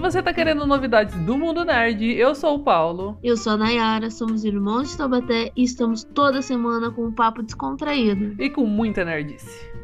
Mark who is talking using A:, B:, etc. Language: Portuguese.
A: você tá querendo novidades do Mundo Nerd, eu sou o Paulo.
B: Eu sou a Nayara, somos irmãos de Taubaté e estamos toda semana com um papo descontraído.
A: E com muita nerdice.